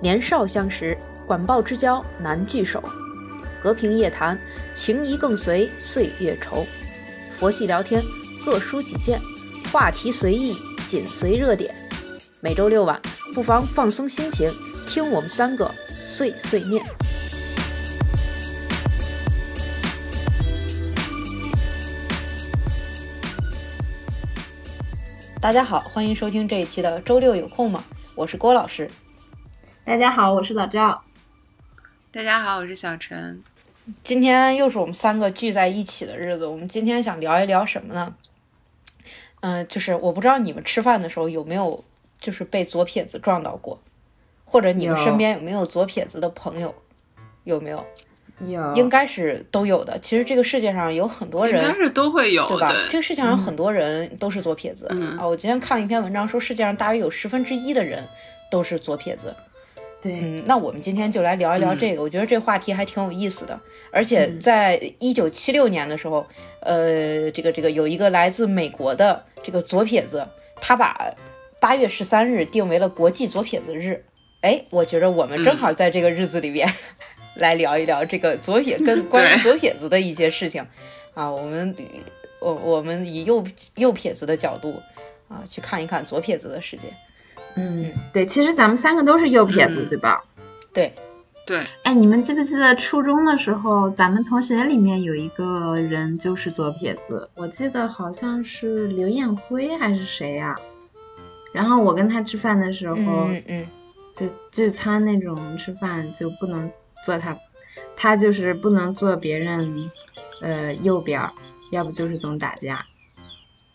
年少相识，管鲍之交难聚首。和平夜谈，情谊更随岁月稠。佛系聊天，各抒己见，话题随意，紧随热点。每周六晚，不妨放松心情，听我们三个碎碎念。大家好，欢迎收听这一期的周六有空吗？我是郭老师。大家好，我是老赵。大家好，我是小陈。今天又是我们三个聚在一起的日子，我们今天想聊一聊什么呢？嗯、就是我不知道你们吃饭的时候有没有就是被左撇子撞到过，或者你们有身边有没有左撇子的朋友，有没有？有应该是都有的。其实这个世界上有很多应人，该是都会有对吧？这个世界嗯上有很多人都是左撇子、嗯啊！我今天看了一篇文章，说世界上大约有十分之一的人都是左撇子。对，嗯，那我们今天就来聊一聊这个，我觉得这话题还挺有意思的。而且在一九七六年的时候，呃，这个这个有一个来自美国的这个左撇子，他把八月十三日定为了国际左撇子日。哎，我觉着我们正好在这个日子里边、 来聊一聊这个左撇跟关于对左撇子的一些事情啊，我们我我们以右右撇子的角度啊去看一看左撇子的世界。嗯，对，其实咱们三个都是右撇子，嗯对吧？对，对，哎，你们记不记得初中的时候，咱们同学里面有一个人就是左撇子，我记得好像是刘艳辉还是谁呀、然后我跟他吃饭的时候，嗯嗯就聚餐那种吃饭就不能坐他，他就是不能坐别人，呃，右边儿，要不就是总打架。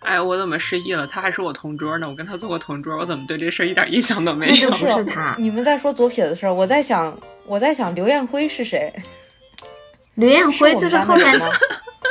哎，我怎么失忆了？他还是我同桌呢，我跟他做过同桌，我怎么对这事儿一点印象都没 有那就？是不是他你们在说左撇子的时候，我在想，我在想刘艳辉是 谁？刘艳是我辉们就是班后的面人吗？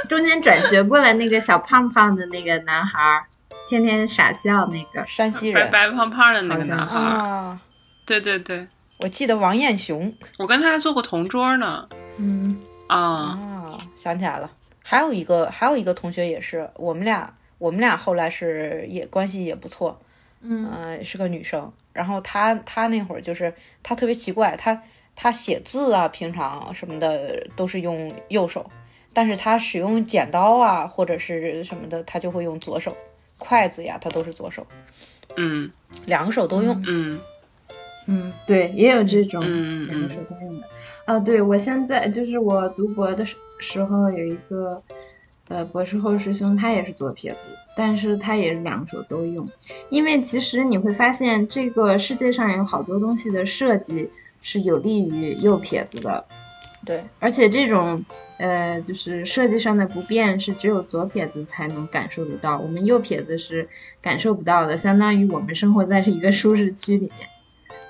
中间转学过来那个小胖胖的那个男孩儿，天天傻笑那个。山西白人白胖胖的那个男孩儿，啊，对对对，我记得王艳雄我跟他还做过同桌呢。嗯，啊，啊，想起来了，还有一个还有一个同学也是，我们俩我们俩后来是也关系也不错，嗯呃，是个女生。然后她她那会儿就是她特别奇怪，她她写字啊，平常什么的都是用右手，但是她使用剪刀啊或者是什么的，她就会用左手，筷子呀她都是左手，嗯两个手都用。嗯嗯，对，也有这种嗯两个嗯手都用的。啊，对，我现在就是我读博的时时候有一个，呃，博士后师兄，他也是左撇子，但是他也是两手都用，因为其实你会发现这个世界上有好多东西的设计是有利于右撇子的，对，而且这种呃，就是设计上的不便是只有左撇子才能感受得到，我们右撇子是感受不到的，相当于我们生活在一个舒适区里面，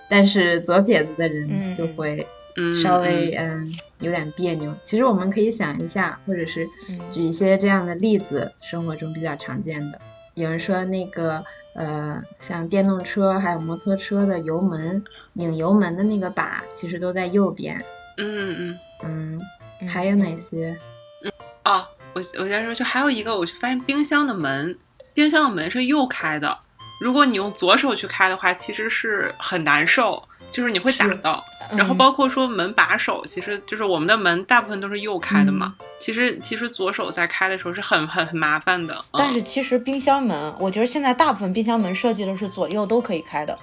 但是左撇子嗯的人就会嗯，稍微嗯、有点别扭。其实我们可以想一下，或者是嗯举一些这样的例子，生活中比较常见的。有人说那个呃，像电动车还有摩托车的油门拧油门的那个把，其实都在右边。嗯嗯嗯。嗯，嗯还有哪些？哦，我我先说，就还有一个，我就发现冰箱的门，冰箱的门是右开的，如果你用左手去开的话，其实是很难受，就是你会打是到。嗯然后包括说门把手，其实就是我们的门大部分都是右开的嗯嘛，其实其实左手在开的时候是很很很麻烦的。嗯但是其实冰箱门，我觉得现在大部分冰箱门设计的是左右都可以开的。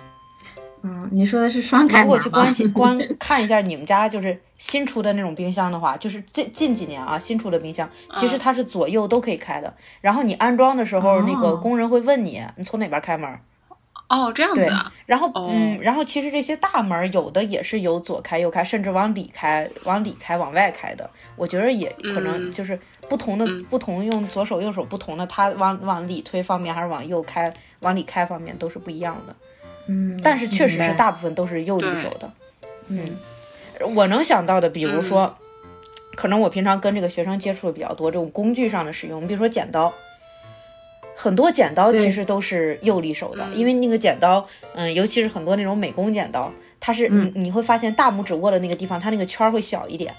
嗯，你说的是双开如门吗果去关 心观看一下你们家就是新出的那种冰箱的话，就是近近几年啊新出的冰箱，其嗯实它是左右都可以开的。然后你安装的时候，哦那个工人会问你你从哪边开门，哦，这样子对啊，。然后哦嗯，然后其实这些大门有的也是由左开右开，甚至往里开、往里开、往外开的。我觉得也可能嗯就是不同的嗯不同用左手右手不同的，它往往里推方面还是往右开、往里开方面都是不一样的。嗯，但是确实明是白，大部分都是右利对手的。嗯我能想到的，比如说，嗯可能我平常跟这个学生接触的比较多，这种工具上的使用，比如说剪刀，很多剪刀对其实都是右利手的，嗯因为那个剪刀，嗯，尤其是很多那种美工剪刀，它是、嗯你你会发现大拇指握的那个地方，它那个圈儿会小一点。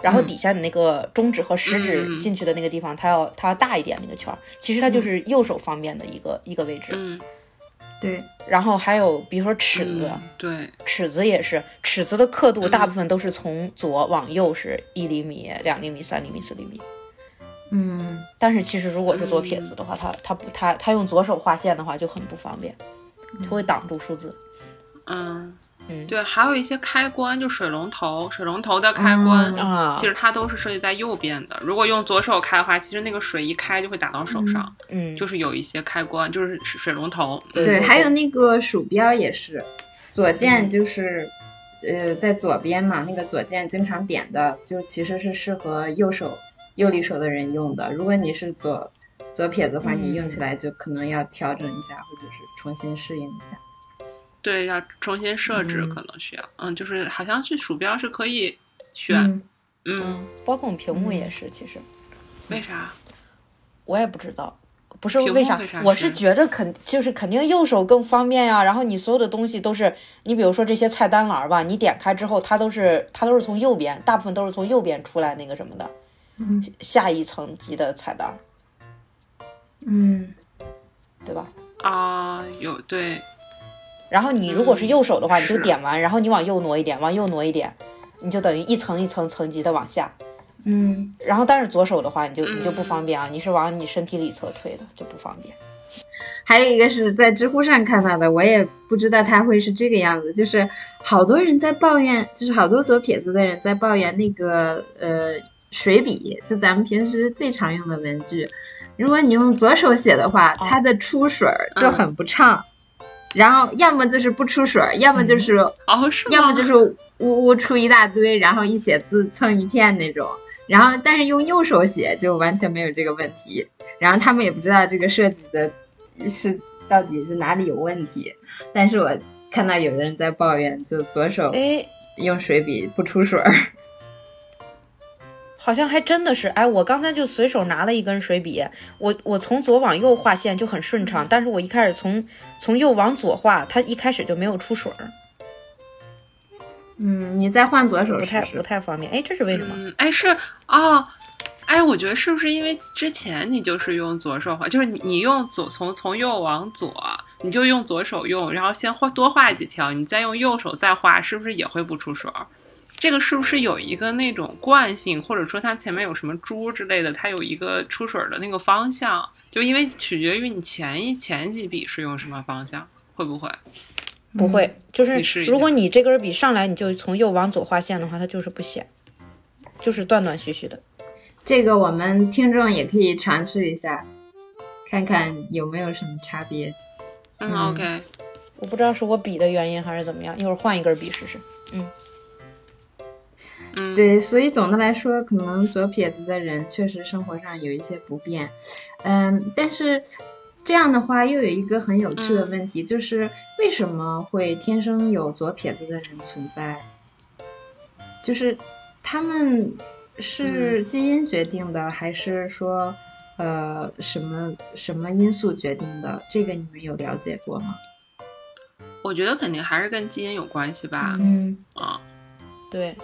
然后底下你那个中指和食指嗯进去的那个地方，它要它要大一点那个圈儿，其实它就是右手方面的一个一个位置。嗯对，然后还有比如说尺子，嗯对，尺子也是，尺子的刻度嗯大部分都是从左往右是一厘米、两厘米、三厘米、四厘米。嗯，但是其实如果是左撇子的话，他他不他他用左手画线的话就很不方便，它会挡住数字。嗯嗯对，还有一些开关，就水龙头，水龙头的开关。嗯啊其实它都是设计在右边的，如果用左手开的话，其实那个水一开就会打到手上，嗯，就是有一些开关，就是水水龙头。对对，还有那个鼠标也是，左键就是，呃，在左边嘛，那个左键经常点的，就其实是适合右手右利手的人用的。如果你是左左撇子的话，嗯你用起来就可能要调整一下，或者是重新适应一下。对，要重新设置，嗯可能需要。嗯，就是好像是鼠标是可以选，嗯，嗯，嗯，包括我们屏幕也是，其实为啥？我也不知道。不是屏幕为啥为啥，我是是觉着肯就是肯定右手更方便呀、然后你所有的东西都是，你比如说这些菜单栏儿吧，你点开之后，它都是它都是从右边，大部分都是从右边出来那个什么的，嗯下一层级的菜单儿，嗯对吧？啊、有对，然后你如果是右手的话，嗯你就是点完，然后你往右挪一点，往右挪一点，你就等于一层一层层级的往下。嗯，然后但是左手的话，你就嗯你就不方便啊，你是往你身体里侧推的，就不方便。还有一个是在知乎上看到的，我也不知道它会是这个样子，就是好多人在抱怨，就是好多左撇子的人在抱怨那个呃水笔，就咱们平时最常用的文具，如果你用左手写的话，哦它的出水儿就很不畅，然后要么就是不出水儿，要么就是、哦是吗？要么就是呜呜出一大堆，然后一写字蹭一片那种。然后，但是用右手写就完全没有这个问题。然后他们也不知道这个设计的是到底是哪里有问题。但是我看到有人在抱怨，就左手哎，用水笔不出水儿。好像还真的是，哎，我刚才就随手拿了一根水笔，我我从左往右画线就很顺嗯畅，但是我一开始从从右往左画，它一开始就没有出水儿，嗯，你再换左手不试太不试。太方便。哎，这是为什么？嗯，哎是哦，哎，我觉得是不是因为之前你就是用左手画，就是你你用左从从右往左，你就用左手用，然后先画多画几条，你再用右手再画，是不是也会不出手？这个是不是有一个那种惯性，或者说它前面有什么珠之类的，它有一个出水的那个方向？就因为取决于你前一前几笔是用什么方向，会不会？嗯不会，就是你试一下如果你这根笔上来你就从右往左画线的话，它就是不显，就是断断续续的。这个我们听众也可以尝试一下，看看有没有什么差别。嗯嗯 o k 我不知道是我笔的原因还是怎么样，一会儿换一根笔试试。嗯，对，所以总的来说，可能左撇子的人确实生活上有一些不便，嗯，但是这样的话又有一个很有趣的问题，就是为什么会天生有左撇子的人存在？就是他们是基因决定的，还是说呃什么什么因素决定的？这个你们有了解过吗？我觉得肯定还是跟基因有关系吧。嗯啊，对，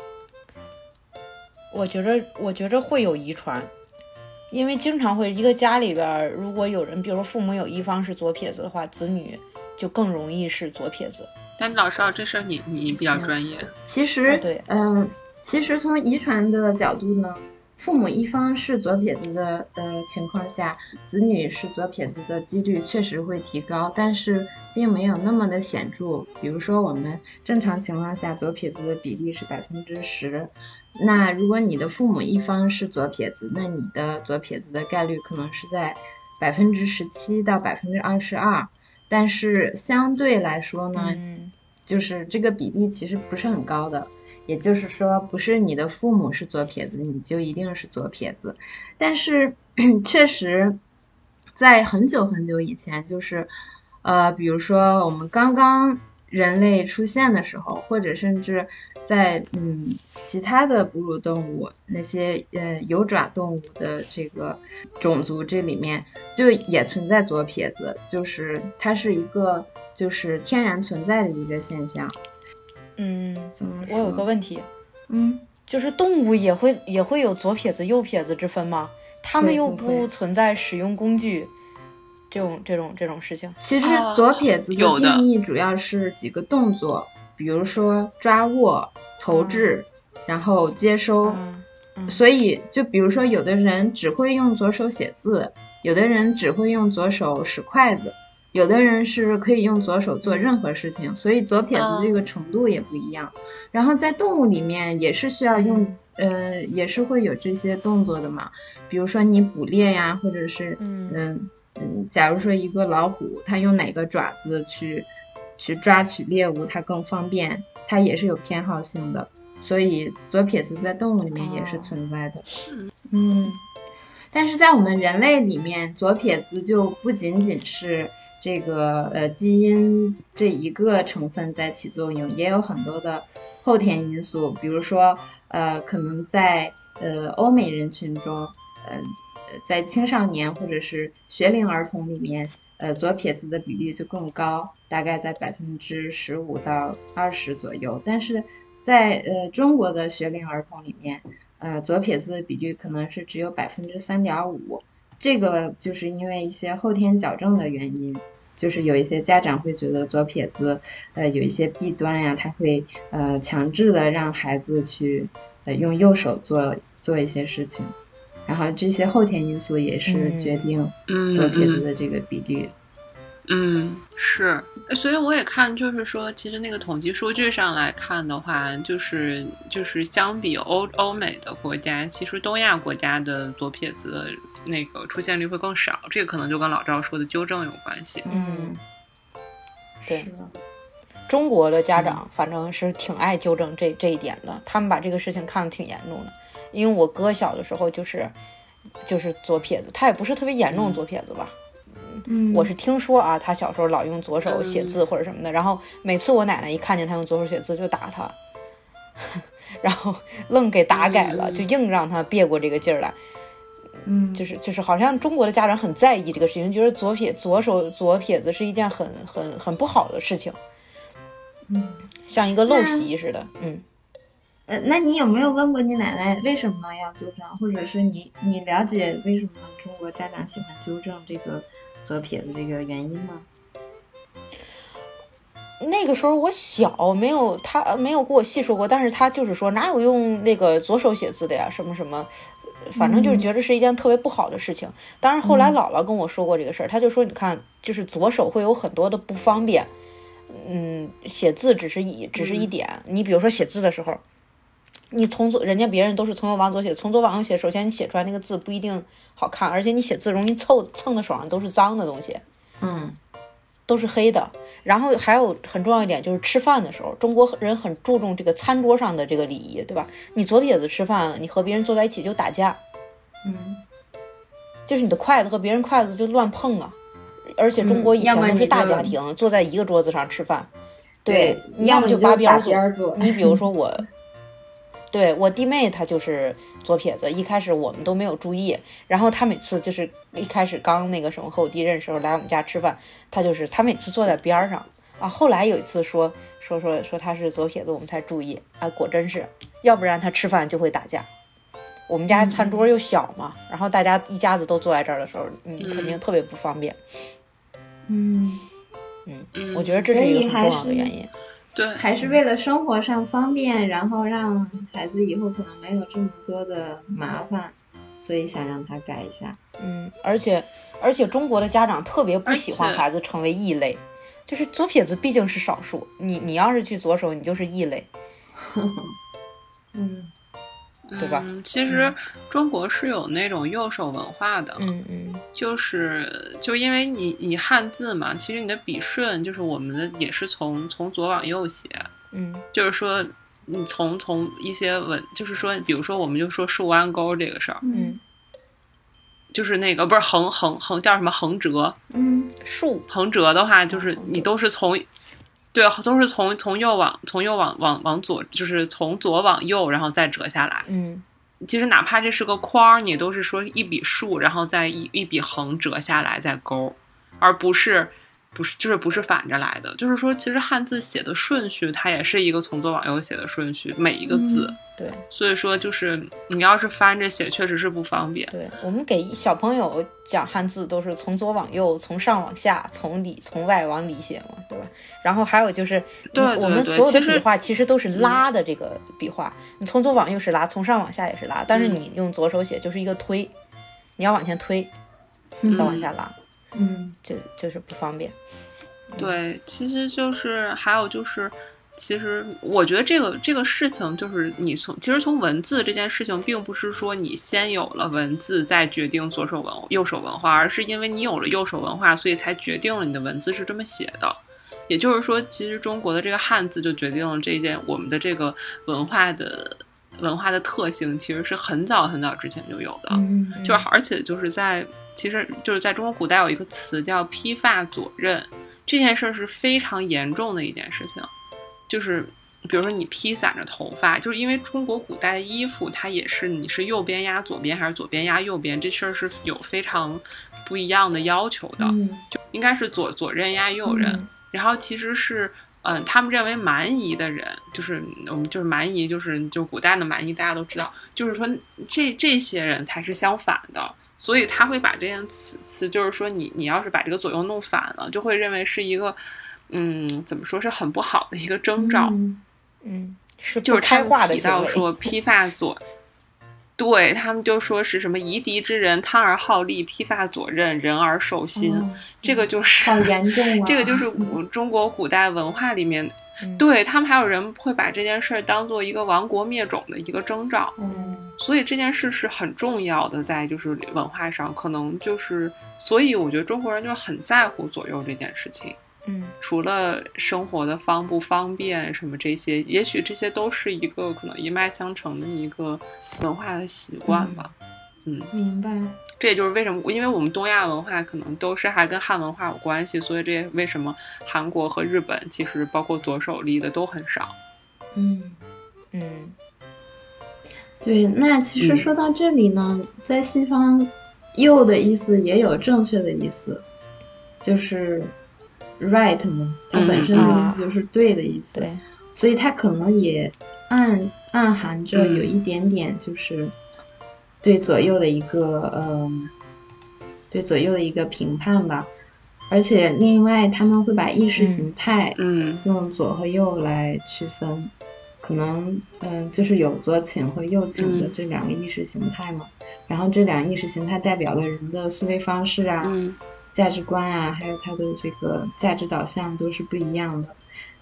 我觉着我觉着会有遗传，因为经常会一个家里边儿如果有人，比如说父母有一方是左撇子的话，子女就更容易是左撇子。但老师啊，这事儿你你比较专业，其啊实，对嗯、其实从遗传的角度呢，父母一方是左撇子的呃情况下，子女是左撇子的几率确实会提高，但是并没有那么的显著。比如说，我们正常情况下左撇子的比例是百分之十，那如果你的父母一方是左撇子，那你的左撇子的概率可能是在百分之十七到百分之二十二。但是相对来说呢，嗯，就是这个比例其实不是很高的，也就是说，不是你的父母是左撇子，你就一定是左撇子。但是 确实，在很久很久以前，就是呃，比如说我们刚刚人类出现的时候，或者甚至在嗯其他的哺乳动物那些呃有爪动物的这个种族这里面，就也存在左撇子，就是它是一个就是天然存在的一个现象。嗯，怎么说？我有个问题，嗯，就是动物也会也会有左撇子、右撇子之分吗？它们会又会会不存在使用工具，这种这种这种事情。其实哦左撇子有的定义主要是几个动作，比如说抓握、投掷，然后接收。嗯所以，就比如说，有的人只会用左手写字，有的人只会用左手使筷子，有的人是可以用左手做任何事情。所以，左撇子这个程度也不一样。然后，在动物里面也是需要用，呃，也是会有这些动作的嘛。比如说你捕猎呀，或者是嗯嗯嗯，假如说一个老虎，它用哪个爪子去去抓取猎物，它更方便，它也是有偏好性的。所以左撇子在动物里面也是哦存在的。嗯，但是在我们人类里面，左撇子就不仅仅是这个呃基因这一个成分在起作用，也有很多的后天因素，比如说呃可能在呃欧美人群中，呃呃在青少年或者是学龄儿童里面。呃，左撇子的比率就更高，大概在百分之十五到二十左右。但是在呃中国的学龄儿童里面，呃，左撇子的比率可能是只有百分之三点五，这个就是因为一些后天矫正的原因，就是有一些家长会觉得左撇子，呃，有一些弊端呀、他会呃强制的让孩子去呃用右手做做一些事情，然后这些后天因素也是嗯决定嗯左撇子嗯的这个比率。嗯，是，所以我也看，就是说，其实那个统计数据上来看的话，就是就是相比欧欧美的国家，其实东亚国家的左撇子的那个出现率会更少，这个可能就跟老赵说的纠正有关系。嗯，对是的中国的家嗯长反正是挺爱纠正这这一点的，他们把这个事情看得挺严重的。因为我哥小的时候就是就是左撇子，他也不是特别严重的左撇子吧，嗯我是听说啊，他小时候老用左手嗯写字或者什么的，然后每次我奶奶一看见他用左手写字就打他， 然后愣给打改了，嗯就硬让他别过这个劲儿来。嗯，就是就是，好像中国的家长很在意这个事情，觉得左撇左手左撇子是一件很很很不好的事情，嗯像一个陋那习似的。嗯，呃，那你有没有问过你奶奶为什么要纠正，或者是你你了解为什么中国家长喜欢纠正这个左撇子这个原因吗？那个时候我小，没有他呃没有跟我细说过，但是他就是说哪有用那个左手写字的呀，什么什么，反正就是觉得是一件特别不好的事情。当然后来姥姥跟我说过这个事儿，她就说你看，就是左手会有很多的不方便，嗯，写字只是一只是一点，你比如说写字的时候。你从左，人家别人都是从右往左写，从左往右写，首先你写出来那个字不一定好看，而且你写字容易凑蹭到手上都是脏的东西。嗯都是黑的。然后还有很重要一点就是吃饭的时候，中国人很注重这个餐桌上的这个礼仪，对吧？你左撇子吃饭，你和别人坐在一起就打架，嗯，就是你的筷子和别人筷子就乱碰啊。而且中国以前嗯要么都你是就大家庭坐在一个桌子上吃饭，你要要么么就八边边儿坐，坐，你比如说我，对我弟妹她就是左撇子，一开始我们都没有注意，然后她每次就是一开始刚那个什么和我弟认识的时候来我们家吃饭，她就是她每次坐在边儿上啊，后来有一次说说说说她是左撇子，我们才注意啊，果真是，要不然她吃饭就会打架。我们家餐桌又小嘛，然后大家一家子都坐在这儿的时候，嗯，肯定特别不方便。嗯，嗯，我觉得这是一个很重要的原因。对，还是为了生活上方便，然后让孩子以后可能没有这么多的麻烦，所以想让他改一下。嗯，而且而且中国的家长特别不喜欢而且孩子成为异类，就是左撇子毕竟是少数，你你要是去左手，你就是异类。嗯对吧嗯，其实中国是有那种右手文化的，嗯嗯就是就因为你你汉字嘛，其实你的笔顺就是我们的也是从从左往右写，嗯就是说你从从一些文，就是说比如说我们就说竖弯钩这个事儿，嗯，就是那个不是横横横叫什么横折，嗯树横折的话就是横折你都是从。对，都是从从右往从右往往往左，就是从左往右，然后再折下来。嗯其实哪怕这是个框儿，你都是说一笔竖，然后再一一笔横折下来再勾，而不是不是就是不是反着来的，就是说其实汉字写的顺序，它也是一个从左往右写的顺序，每一个字。对所以说就是你要是翻着写，确实是不方便。对，我们给小朋友讲汉字都是从左往右，从上往下，从里从外往里写嘛，对吧？然后还有就是，对嗯对我们对所有的其实嗯笔画其实都是拉的这个笔画，你从左往右是拉，从上往下也是拉，但是嗯你用左手写就是一个推，你要往前推，再往下拉，嗯，就就是不方便。对，其实就是还有就是，其实我觉得这个这个事情就是你从其实从文字这件事情，并不是说你先有了文字再决定左手文右手文化，而是因为你有了右手文化，所以才决定了你的文字是这么写的。也就是说，其实中国的这个汉字就决定了这件我们的这个文化的文化的特性，其实是很早很早之前就有的。嗯嗯就是而且就是在其实就是在中国古代有一个词叫披发左衽，这件事儿是非常严重的一件事情，就是。比如说你披散着头发，就是因为中国古代的衣服，它也是你是右边压左边还是左边压右边，这事儿是有非常不一样的要求的，嗯应该是左左衽压右衽。然后其实是，嗯，他们认为蛮夷的人，就是我们就是蛮夷，就是就古代的蛮夷，大家都知道，就是说这这些人才是相反的，所以他会把这件词词，就是说你你要是把这个左右弄反了，就会认为是一个，嗯，怎么说是很不好的一个征兆。嗯嗯，是就不是他开们化的提行到为。说披发左，对他们就说是什么夷狄之人，贪而好利，披发左衽，人而受薪。哦这个就是 好严重啊！这个就是古中国古代文化里面，嗯对他们还有人会把这件事儿当做一个亡国灭种的一个征兆，嗯所以这件事是很重要的，在就是文化上，可能就是，所以我觉得中国人就很在乎左右这件事情。嗯，除了生活的方不方便什么这些，也许这些都是一个可能一脉相承的一个文化的习惯吧。嗯，明白。这也就是为什么，因为我们东亚文化可能都是还跟汉文化有关系，所以这也为什么韩国和日本其实包括左手立的都很少。嗯。嗯对，那其实嗯说到这里呢，在西方，右的意思也有正确的意思，就是 right 嘛，它本身的意思就是对的意思，对，所以它可能也暗暗含着嗯有一点点就是对左右的一个嗯、对左右的一个评判吧。而且另外，他们会把意识嗯形态嗯用左和右来区分，可能嗯、呃就是有左倾和右倾的嗯这两个意识形态嘛。然后这两个意识形态代表了人的思维方式啊、嗯价值观啊，还有他的这个价值导向都是不一样的。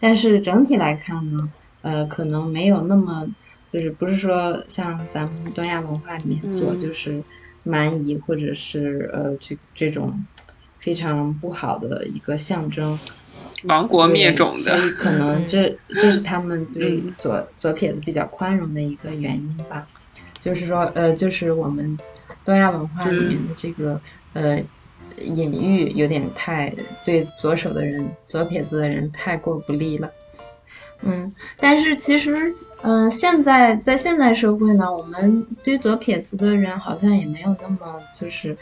但是整体来看呢，呃，可能没有那么，就是不是说像咱们东亚文化里面左嗯就是蛮夷或者是呃这这种非常不好的一个象征。亡国灭种对所的。以可能这这是他们对嗯左左撇子比较宽容的一个原因吧，就是说呃，就是我们东亚文化里面的这个、呃隐喻有点太对左手的人左撇子的人太过不利了，嗯，但是其实嗯、呃现在在现代社会呢，我们对左撇子的人好像也没有那么就是。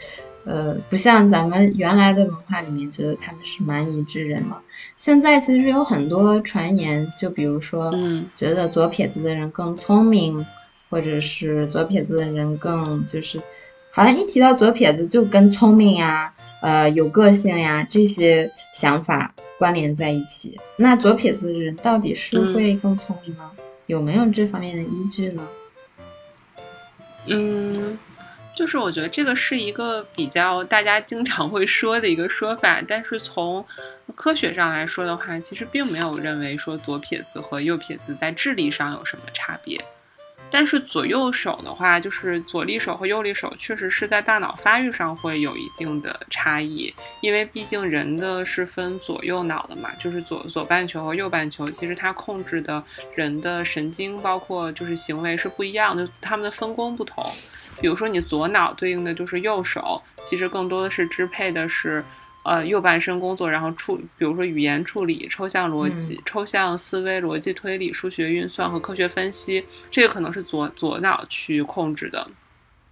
呃，不像咱们原来的文化里面觉得他们是蛮夷之人了，现在其实有很多传言，就比如说，嗯觉得左撇子的人更聪明，或者是左撇子的人更就是，好像一提到左撇子就跟聪明呀、呃有个性呀、这些想法关联在一起。那左撇子的人到底是嗯会更聪明吗？有没有这方面的依据呢？嗯，就是我觉得这个是一个比较大家经常会说的一个说法，但是从科学上来说的话，其实并没有认为说左撇子和右撇子在智力上有什么差别。但是左右手的话，就是左利手和右利手确实是在大脑发育上会有一定的差异，因为毕竟人的是分左右脑的嘛，就是左左半球和右半球，其实它控制的人的神经包括就是行为是不一样的，他们的分工不同。比如说你左脑对应的就是右手，其实更多的是支配的是。呃，右半身工作，然后处，比如说语言处理、抽象逻辑、抽象思维、逻辑推理、数学运算和科学分析，这个可能是左左脑去控制的。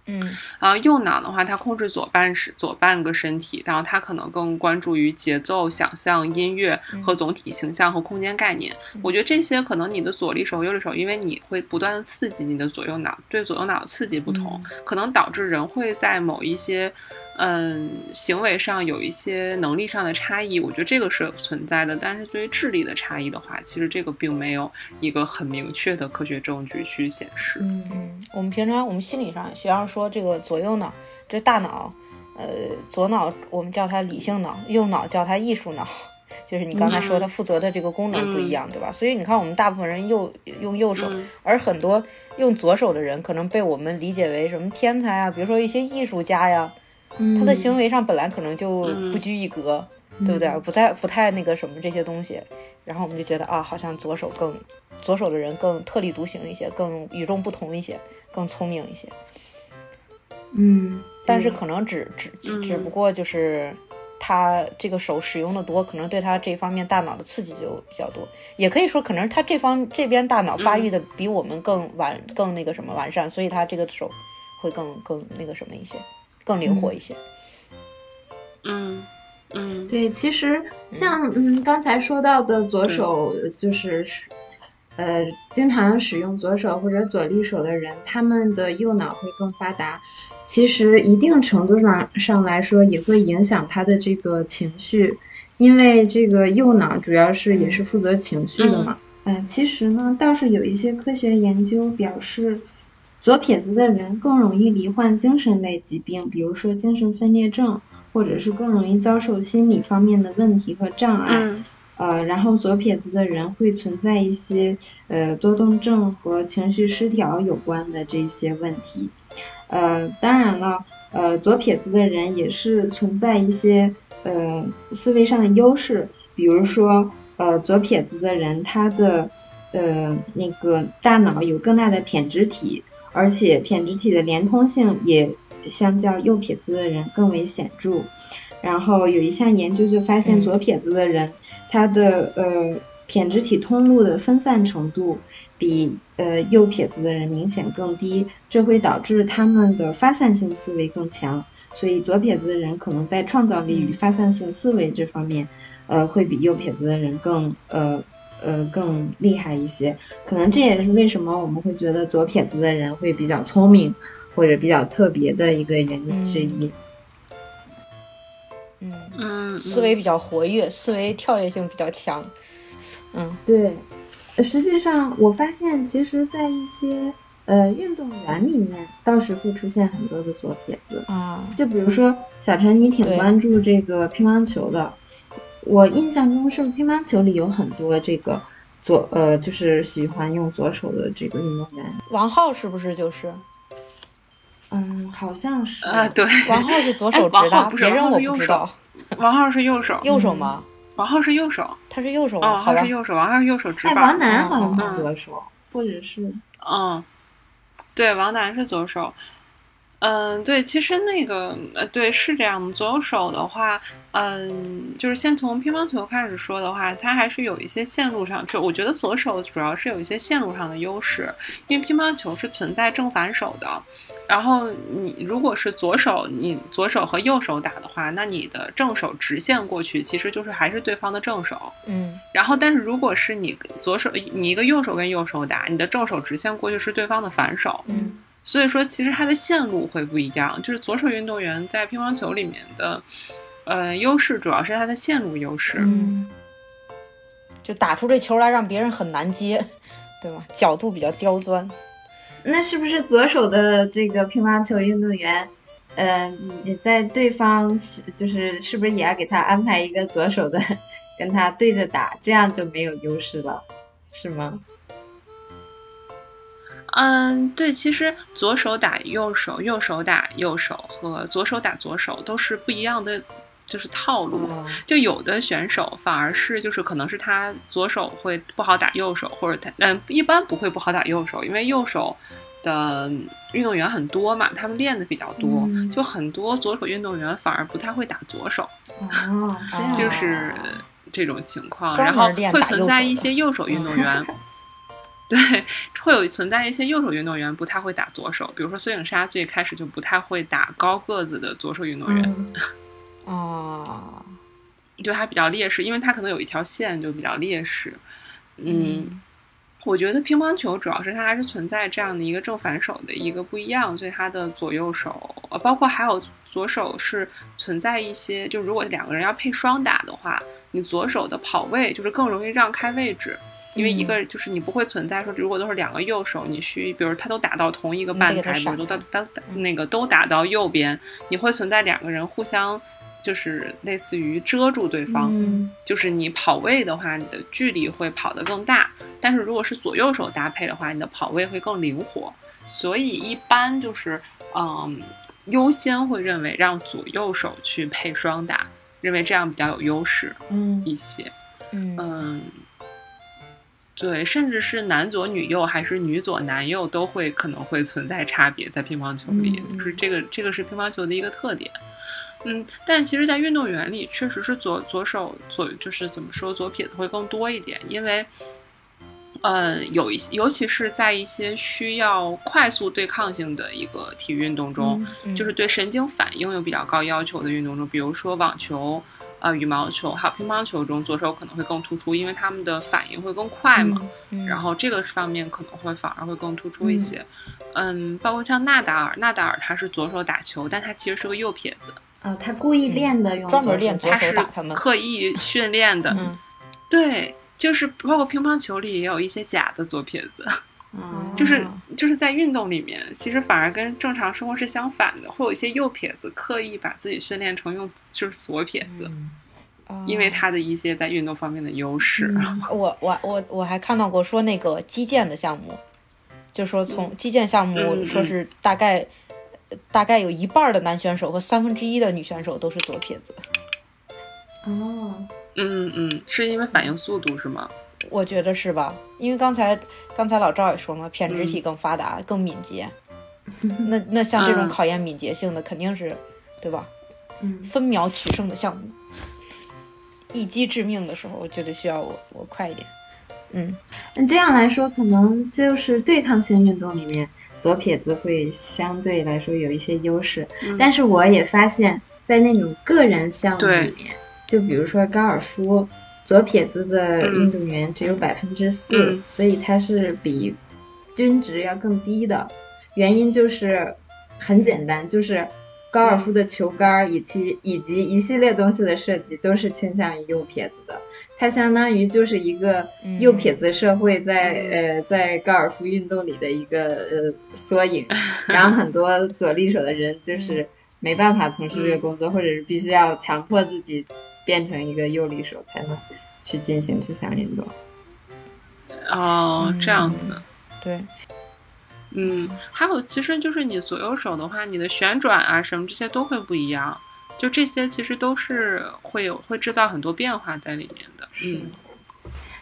嗯然后呃右脑的话，它控制左半是左半个身体，然后它可能更关注于节奏、想象、音乐和总体形象和空间概念。我觉得这些可能你的左利手、右利手，因为你会不断的刺激你的左右脑，对左右脑的刺激不同，可能导致人会在某一些。嗯，行为上有一些能力上的差异，我觉得这个是存在的。但是对于智力的差异的话，其实这个并没有一个很明确的科学证据去显示。嗯嗯，我们平常我们心理上学上说这个左右脑，这大脑，呃，左脑我们叫它理性脑，右脑叫它艺术脑。就是你刚才说它负责的这个功能不一样，对吧？所以你看，我们大部分人右用右手，嗯而很多用左手的人，可能被我们理解为什么天才啊，比如说一些艺术家呀，他的行为上本来可能就不拘一格，对不对？不太不太那个什么这些东西，然后我们就觉得啊，好像左手更左手的人更特立独行一些，更与众不同一些，更聪明一些。嗯，但是可能只只只只不过就是他这个手使用的多，可能对他这方面大脑的刺激就比较多。也可以说，可能他这方这边大脑发育的比我们更完、更那个什么完善，所以他这个手会更更那个什么一些，更灵活一些。嗯嗯对，其实像嗯刚才说到的左手就是使，呃，经常使用左手或者左利手的人，他们的右脑会更发达。其实一定程度上上来说，也会影响他的这个情绪，因为这个右脑主要是也是负责情绪的嘛。嗯、其实呢，倒是有一些科学研究表示，左撇子的人更容易罹患精神类疾病，比如说精神分裂症，或者是更容易遭受心理方面的问题和障碍。嗯呃，然后左撇子的人会存在一些呃多动症和情绪失调有关的这些问题。呃，当然了，呃，左撇子的人也是存在一些呃思维上的优势，比如说呃左撇子的人他的呃那个大脑有更大的胼胝体，而且胼胝体的连通性也相较右撇子的人更为显著。然后有一项研究就发现，嗯左撇子的人、他的呃胼胝体通路的分散程度比呃右撇子的人明显更低，这会导致他们的发散性思维更强。所以左撇子的人可能在创造力与发散性思维这方面，呃，会比右撇子的人更呃呃更厉害一些。可能这也是为什么我们会觉得左撇子的人会比较聪明或者比较特别的一个原因之一。嗯，嗯，思维比较活跃，思维跳跃性比较强。嗯对，呃实际上我发现，其实，在一些呃运动员里面，倒是会出现很多的左撇子。啊，嗯就比如说，小陈，你挺对关注这个乒乓球的，我印象中是不是乒乓球里有很多这个左呃，就是喜欢用左手的这个运动员？王浩是不是就是 嗯，好像是。呃 对，王浩是左手哎直王的浩，不是别人王我不浩知是右手道，王浩是右手，右手吗？王浩是右手，他是右手哦，啊，王好浩吧是，右手，王浩是右手直哎，板王。楠好像嗯是左手，或者是嗯，对，王楠是左手。嗯，对，其实那个呃，对，是这样的。左手的话，嗯，就是先从乒乓球开始说的话，它还是有一些线路上，就我觉得左手主要是有一些线路上的优势，因为乒乓球是存在正反手的。然后你如果是左手，你左手和右手打的话，那你的正手直线过去，其实就是还是对方的正手。嗯然后，但是如果是你左手，你一个右手跟右手打，你的正手直线过去是对方的反手，嗯所以说其实它的线路会不一样。就是左手运动员在乒乓球里面的，呃，优势主要是它的线路优势。嗯，就打出这球来让别人很难接， 对吧？角度比较刁钻，那是不是左手的这个乒乓球运动员，呃，你在对方是就是是不是也要给他安排一个左手的， 跟他对着打，这样就没有优势了，是吗？嗯，对，其实左手打右手，右手打右手和左手打左手都是不一样的，就是套路。就有的选手反而是就是可能是他左手会不好打右手，或者他嗯一般不会不好打右手，因为右手的运动员很多嘛，他们练的比较多，嗯就很多左手运动员反而不太会打左手，哦，这样就哦是这种情况，专然门后练会打右存手在的 一些右手运动员。对，会有存在一些右手运动员不太会打左手，比如说孙颖莎最开始就不太会打高个子的左手运动员，嗯哦，就还比较劣势，因为他可能有一条线就比较劣势。嗯，我觉得乒乓球主要是它还是存在这样的一个正反手的一个不一样，所以它的左右手，呃，包括还有左手是存在一些，就如果两个人要配双打的话，你左手的跑位就是更容易让开位置。因为嗯一个就是你不会存在说，如果都是两个右手，你去，比如他都打到同一个半你得给台，他比如都闪嗯到到那个都打到右边，你会存在两个人互相就是类似于遮住对方，嗯就是你跑位的话，你的距离会跑得更大；但是如果是左右手搭配的话，你的跑位会更灵活。所以一般就是，嗯，优先会认为让左右手去配双打，认为这样比较有优势嗯一些。嗯嗯，对，甚至是男左女右还是女左男右都会可能会存在差别，在乒乓球里，嗯就是这个这个是乒乓球的一个特点。嗯，但其实，在运动员里，确实是左左手左就是怎么说左撇子会更多一点，因为，呃，有一些尤其是在一些需要快速对抗性的一个体育运动中，嗯，就是对神经反应有比较高要求的运动中，比如说网球、呃羽毛球还有乒乓球中，左手可能会更突出，因为他们的反应会更快嘛。嗯，然后这个方面可能会反而会更突出一些。嗯包括像纳达尔，纳达尔他是左手打球，但他其实是个右撇子，啊，他故意练的嗯用专门左手练左他手是打他们刻意训练的。嗯对，就是包括乒乓球里也有一些假的左撇子。啊就是就是在运动里面，其实反而跟正常生活是相反的，会有一些右撇子刻意把自己训练成用就是左撇子，哦因为他的一些在运动方面的优势。嗯我我我我还看到过说那个击剑的项目，就说从击剑项目嗯说是大概、呃大概有一半儿的男选手和三分之一的女选手都是左撇子，哦，嗯嗯，是因为反应速度是吗？我觉得是吧？因为刚才刚才老赵也说嘛，胼胝体更发达、更敏捷，那那像这种嗯考验敏捷性的肯定是，对吧？嗯分秒取胜的项目，一击致命的时候，我觉得需要我我快一点。嗯，那这样来说，可能就是对抗性运动里面，左撇子会相对来说有一些优势。嗯但是我也发现，在那种个人项目对里面，就比如说高尔夫，左撇子的嗯运动员只有百分之四嗯，所以它是比均值要更低的。原因就是很简单，就是高尔夫的球杆儿以及以及一系列东西的设计都是倾向于右撇子的。它相当于就是一个嗯右撇子社会在、嗯呃在高尔夫运动里的一个呃缩影，然后很多左利手的人就是没办法从事这个工作，或者是必须要强迫自己变成一个右利手才能去进行这项运动。哦，这样子。对，嗯，还有其实就是你左右手的话，你的旋转啊什么这些都会不一样，就这些其实都是会有会制造很多变化在里面的。嗯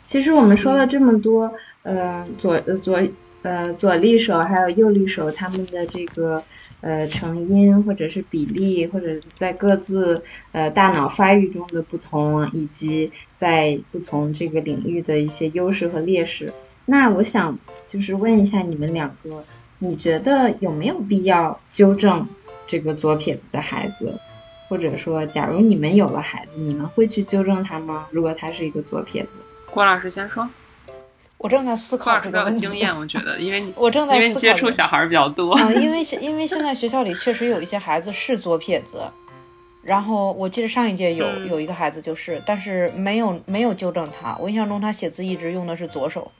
其实我们说了这么多，呃，左呃左呃左利手还有右利手他们的这个呃成因或者是比例，或者是在各自呃大脑发育中的不同，以及在不同这个领域的一些优势和劣势。那我想就是问一下你们两个，你觉得有没有必要纠正这个左撇子的孩子？或者说，假如你们有了孩子，你们会去纠正他吗？如果他是一个左撇子？郭老师先说，我正在思郭考老这师个比较问有题。经验，我觉得，因为你 我正在因为你思考接触着小孩儿比较多。啊，因为现因为现在学校里确实有一些孩子是左撇子，然后我记得上一届有嗯有一个孩子就是，但是没有没有纠正他。我印象中他写字一直用的是左手，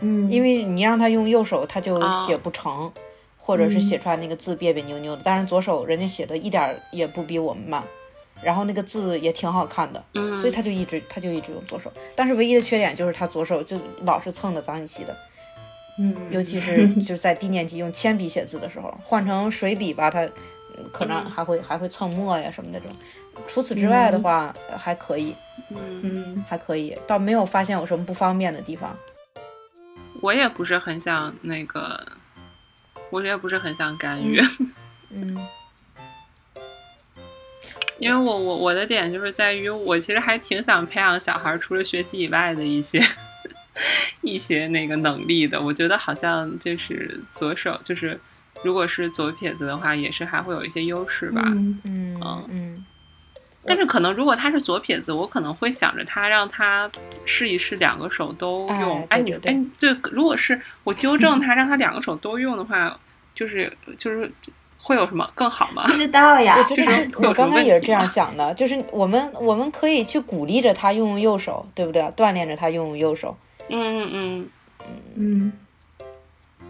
嗯，因为你让他用右手，他就啊写不成，或者是嗯写出来那个字别别扭扭的。但是左手人家写的一点儿也不比我们慢，然后那个字也挺好看的，嗯，所以他就一直他就一直用左手。但是唯一的缺点就是他左手就老是蹭的脏兮兮的。嗯，尤其 是就是在低年级用铅笔写字的时候，换成水笔吧，它嗯可能嗯还会还会蹭墨呀什么那种。除此之外的话，呃还可以，嗯。嗯还可以，倒没有发现有什么不方便的地方。我也不是很想那个，我也不是很想干预，嗯 因为我我我的点就是在于，我其实还挺想培养小孩儿除了学习以外的一些一 一些那个能力的。我觉得好像就是左手，就是如果是左撇子的话，也是还会有一些优势吧。嗯嗯嗯嗯，但是可能如果他是左撇子，我可能会想着他让他试一试两个手都用。哎对哎，你对哎你对，如果是我纠正他让他两个手都用的话，就是就是会有什么更好吗不？知道呀我，就啊这种是会我有什刚么才问也是题啊这样吗想的，就是我们我们可以去鼓励着他用用右手，对不对？啊锻炼着他用用右手，嗯嗯嗯。嗯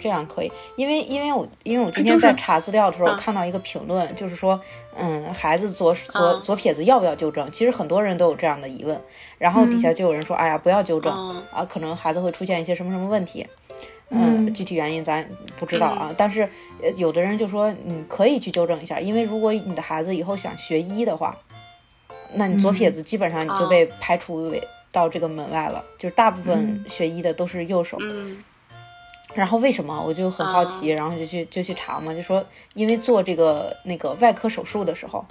这样可以，因为因为我因为我今哎天就是在查资料的时候嗯看到一个评论，就是说，嗯，孩子左左嗯左撇子要不要纠正？其实很多人都有这样的疑问，然后底下就有人说，哎呀，不要纠正嗯啊，可能孩子会出现一些什么什么问题。嗯具体原因咱不知道啊，但是呃有的人就说你可以去纠正一下，因为如果你的孩子以后想学医的话，那你左撇子基本上你就嗯被排除为到这个门外了，就是大部分嗯学医的都是右手。嗯然后为什么我就很好啊奇，然后就去就去查嘛，就说因为做这个那个外科手术的时候，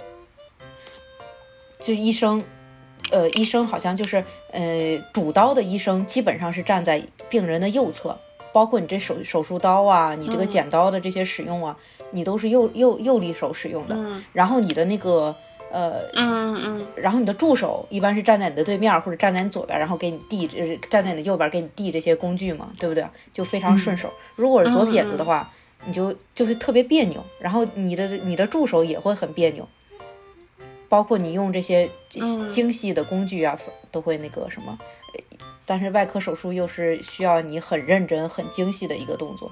就医生，呃，医生好像就是呃主刀的医生基本上是站在病人的右侧，包括你这手手术刀啊，你这个嗯剪刀的这些使用啊，你都是右右右利手使用的，嗯然后你的那个呃嗯然后你的助手一般是站在你的对面儿或者站在你左边儿，然后给你递，呃站在你的右边儿给你递这些工具嘛，对不对？就非常顺手。如果是左撇子的话，你就就是特别别扭，然后你的你的助手也会很别扭，包括你用这些嗯精细的工具啊，都会那个什么。呃但是外科手术又是需要你很认真、很精细的一个动作，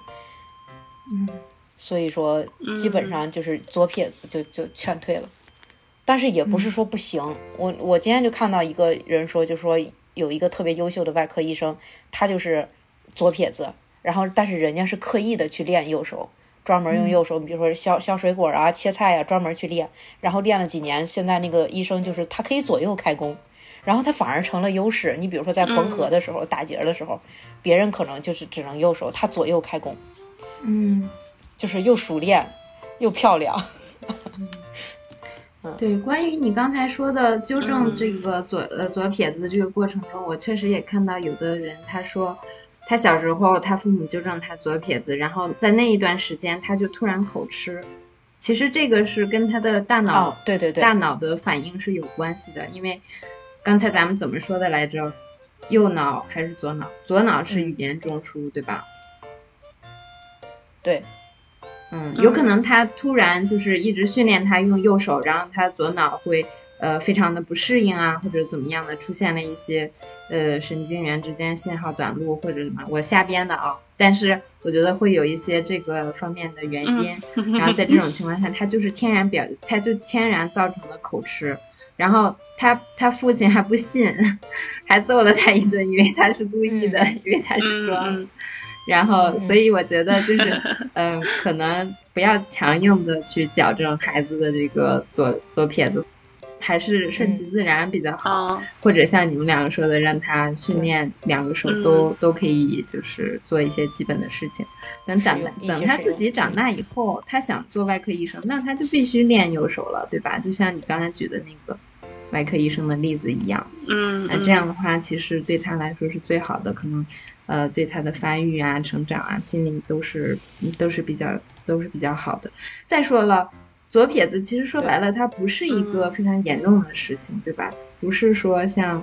嗯，所以说基本上就是左撇子就就劝退了，但是也不是说不行。我我今天就看到一个人说，就说有一个特别优秀的外科医生，他就是左撇子，然后但是人家是刻意的去练右手，专门用右手，比如说削削水果啊、切菜啊，专门去练，然后练了几年，现在那个医生就是他可以左右开工。然后他反而成了优势。你比如说在缝合的时候、打结的时候，别人可能就是只能右手，他左右开工。嗯，就是又熟练又漂亮。对，关于你刚才说的纠正嗯这个左、呃左撇子这个过程中，我确实也看到有的人他说，他小时候他父母纠正他左撇子，然后在那一段时间他就突然口吃，其实这个是跟他的大脑、哦，对对对大，脑的反应是有关系的，因为刚才咱们怎么说的来着？右脑还是左脑？左脑是嗯语言中枢，对吧？对，嗯，嗯有可能他突然就是一直训练他用右手，然后他左脑会呃非常的不适应啊，或者怎么样的，出现了一些呃神经元之间信号短路或者什么，我瞎编的啊。但是我觉得会有一些这个方面的原因，然后在这种情况下，他就是天然表，他就天然造成了口吃。然后他他父亲还不信， 还揍了他一顿，以为他是故意的，以为他是装的。嗯嗯然后，嗯所以我觉得就是，嗯、可能不要强硬的去矫正孩子的这个左左撇子，还是顺嗯其自然比较好。啊或者像你们两个说的，让他训练两个手都、都可以，就是做一些基本的事情。等长大使，用一等起他使自用己长大以后，他想做外科医生，那他就必须练右手了，对吧？就像你刚才举的那个外科医生的例子一样。嗯，那这样的话，其实对他来说是最好的，可能，呃，对他的发育啊、成长啊、心理都是都是比较都是比较好的。再说了，左撇子其实说白了，它不是一嗯个非常严重的事情，对吧？不是说像，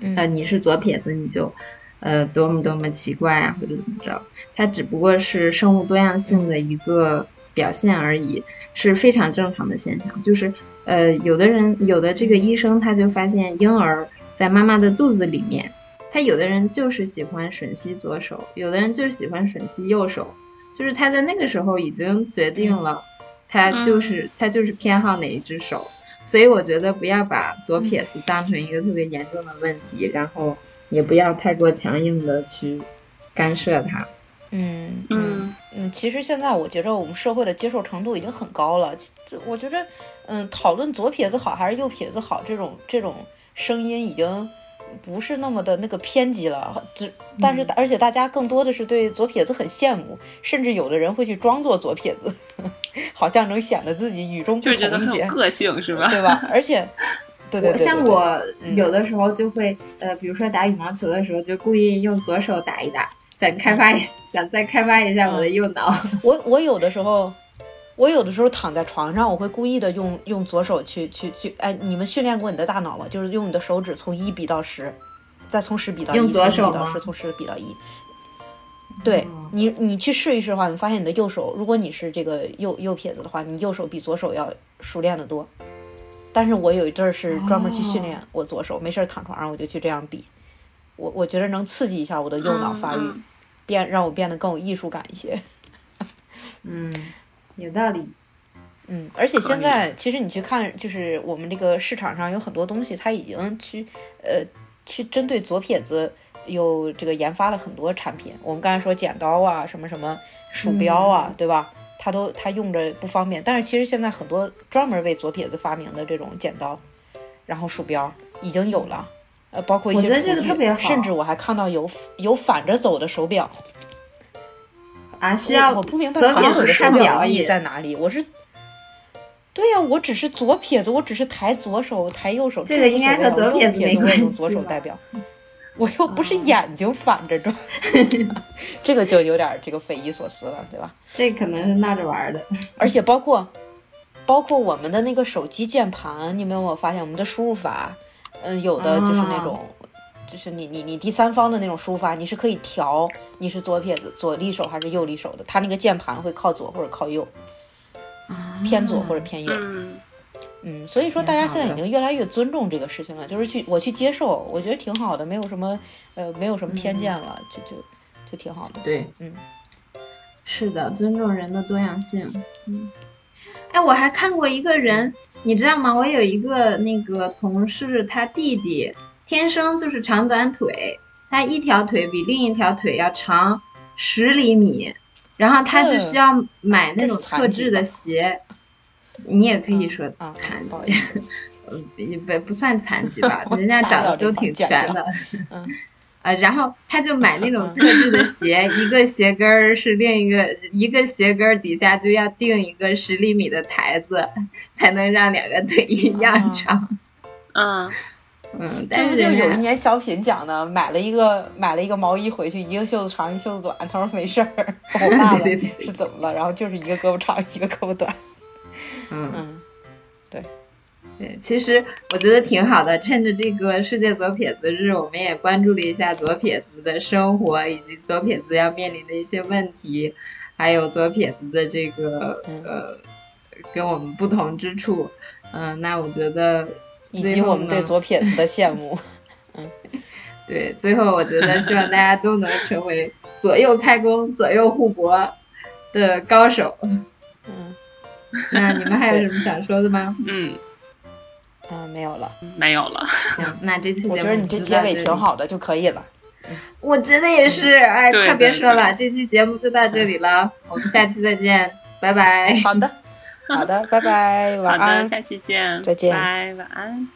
呃，嗯，你是左撇子你就，呃，多么多么奇怪啊，或者怎么着，它只不过是生物多样性的一个表现而已，是非常正常的现象。就是呃，有的人有的这个医生他就发现婴儿在妈妈的肚子里面，他有的人就是喜欢吮吸左手，有的人就是喜欢吮吸右手，就是他在那个时候已经决定嗯了，他就是、他就是偏好哪一只手。所以我觉得不要把嗯左撇子当成一个特别严重的问题，然后也不要太过强硬的去干涉它。嗯嗯嗯嗯，其实现在我觉着我们社会的接受程度已经很高了。其这我觉着，嗯，讨论左撇子好还是右撇子好，这种这种声音已经不是那么的那个偏激了。只但嗯是、而且大家更多的是对左撇子很羡慕，甚至有的人会去装作左撇 子，好像能显得自己与众不就觉得同一很些有。个性是吧？ 对吧？而且，对对对对我像对我嗯有的时候就会，呃，比如说打羽毛球的时候，就故意用左手打一打，想嗯开发一，想再开发一下我的右脑。我我有的时候，我有的时候躺在床上，我会故意的用用左手去去去，哎，你们训练过你的大脑吗？就是用你的手指从一比到十，再从十比到一，用左从1手比到吗哦十，从十比到一。对你，你去试一试的话，你发现你的右手，如果你是这个右右撇子的话，你右手比左手要熟练的多。但是我有一阵儿是专门去训哦练我左手，没事儿躺床上我就去这样比，我我觉得能刺激一下我的右脑发育，嗯变让我变得更有艺术感一些。嗯，有道理。嗯，而且可现以在其实你去看，就是我们这个市场上有很多东西，它已经去呃去针对左撇子有这个研发了很多产品。我们刚才说剪刀啊，什么什么鼠标嗯啊，对吧？它都它用着不方便，但是其实现在很多专门为左撇子发明的这种剪刀，然后鼠标已经有了，呃，包括一我些觉得这厨个具特别好甚至我还看到有有反着走的手表，啊，需我要我不明白左反撇手子的手看表表意义也在哪里。我是，对呀、我只是左撇子，我只是抬左手，抬右手。这个应该和左撇我撇子没也用关系左手吧哦代表，我又不是眼睛反 着转，这个就有点儿这个匪夷所思了，对吧？这可能是闹着玩儿的。而且包括包括我们的那个手机键盘，你们有没有发现我们的输入法？嗯，有的就是那种，就是你你你第三方的那种输入法，你是可以调你是左撇子、左利手还是右利手的，它那个键盘会靠左或者靠右，偏左或者偏右。嗯，嗯，所以说挺大家好现在的已经越来越尊重这个事情了，就是去我去接受，我觉得挺好的，没有什么呃没有什么偏见了，就就就挺好的。对，嗯，是的，尊重人的多样性。嗯，哎，我还看过一个人，你知道吗？我有一个那个同事，他弟弟天生就是长短腿，他一条腿比另一条腿要长十厘米，然后他就嗯需要买那这种是残特疾制的吧鞋。你也可以说啊，残不好疾意， 思，，呃，也不不算残疾吧 我人家掐长掉得这都块挺剪全掉的。嗯呃，然后他就买那种特 制的鞋，一个鞋跟儿是另一个，一个鞋跟儿底下就要钉一个十厘米的台子，才能让两个腿一样长。嗯，嗯，这但不是哦就人有一家年小品讲的，买了一个买了一个毛衣回去，一个袖子长，一个袖子短。他说没事儿，我爸爸对 对对是怎么了？然后就是一个胳膊长，一个胳膊短。嗯，嗯，对，其实我觉得挺好的。趁着这个世界左撇子日，我们也关注了一下左撇子的生活，以及左撇子要面临的一些问题，还有左撇子的这个嗯呃跟我们不同之处。嗯、那我觉得以最及后我们对呢左撇子的羡慕。对，最后我觉得希望大家都能成为左右开弓、左右互搏的高手。嗯那你们还有什么想说 的吗？嗯，啊，没有了。没有了。行，那这期节目我觉得你就这结到尾里挺，好的就可以了。我觉得也是。哎，嗯对快别对说了，这期节目就到这里了，我们下期再见，拜拜。好的，好的，拜拜，好晚安 的，。下期见，再见拜，晚安。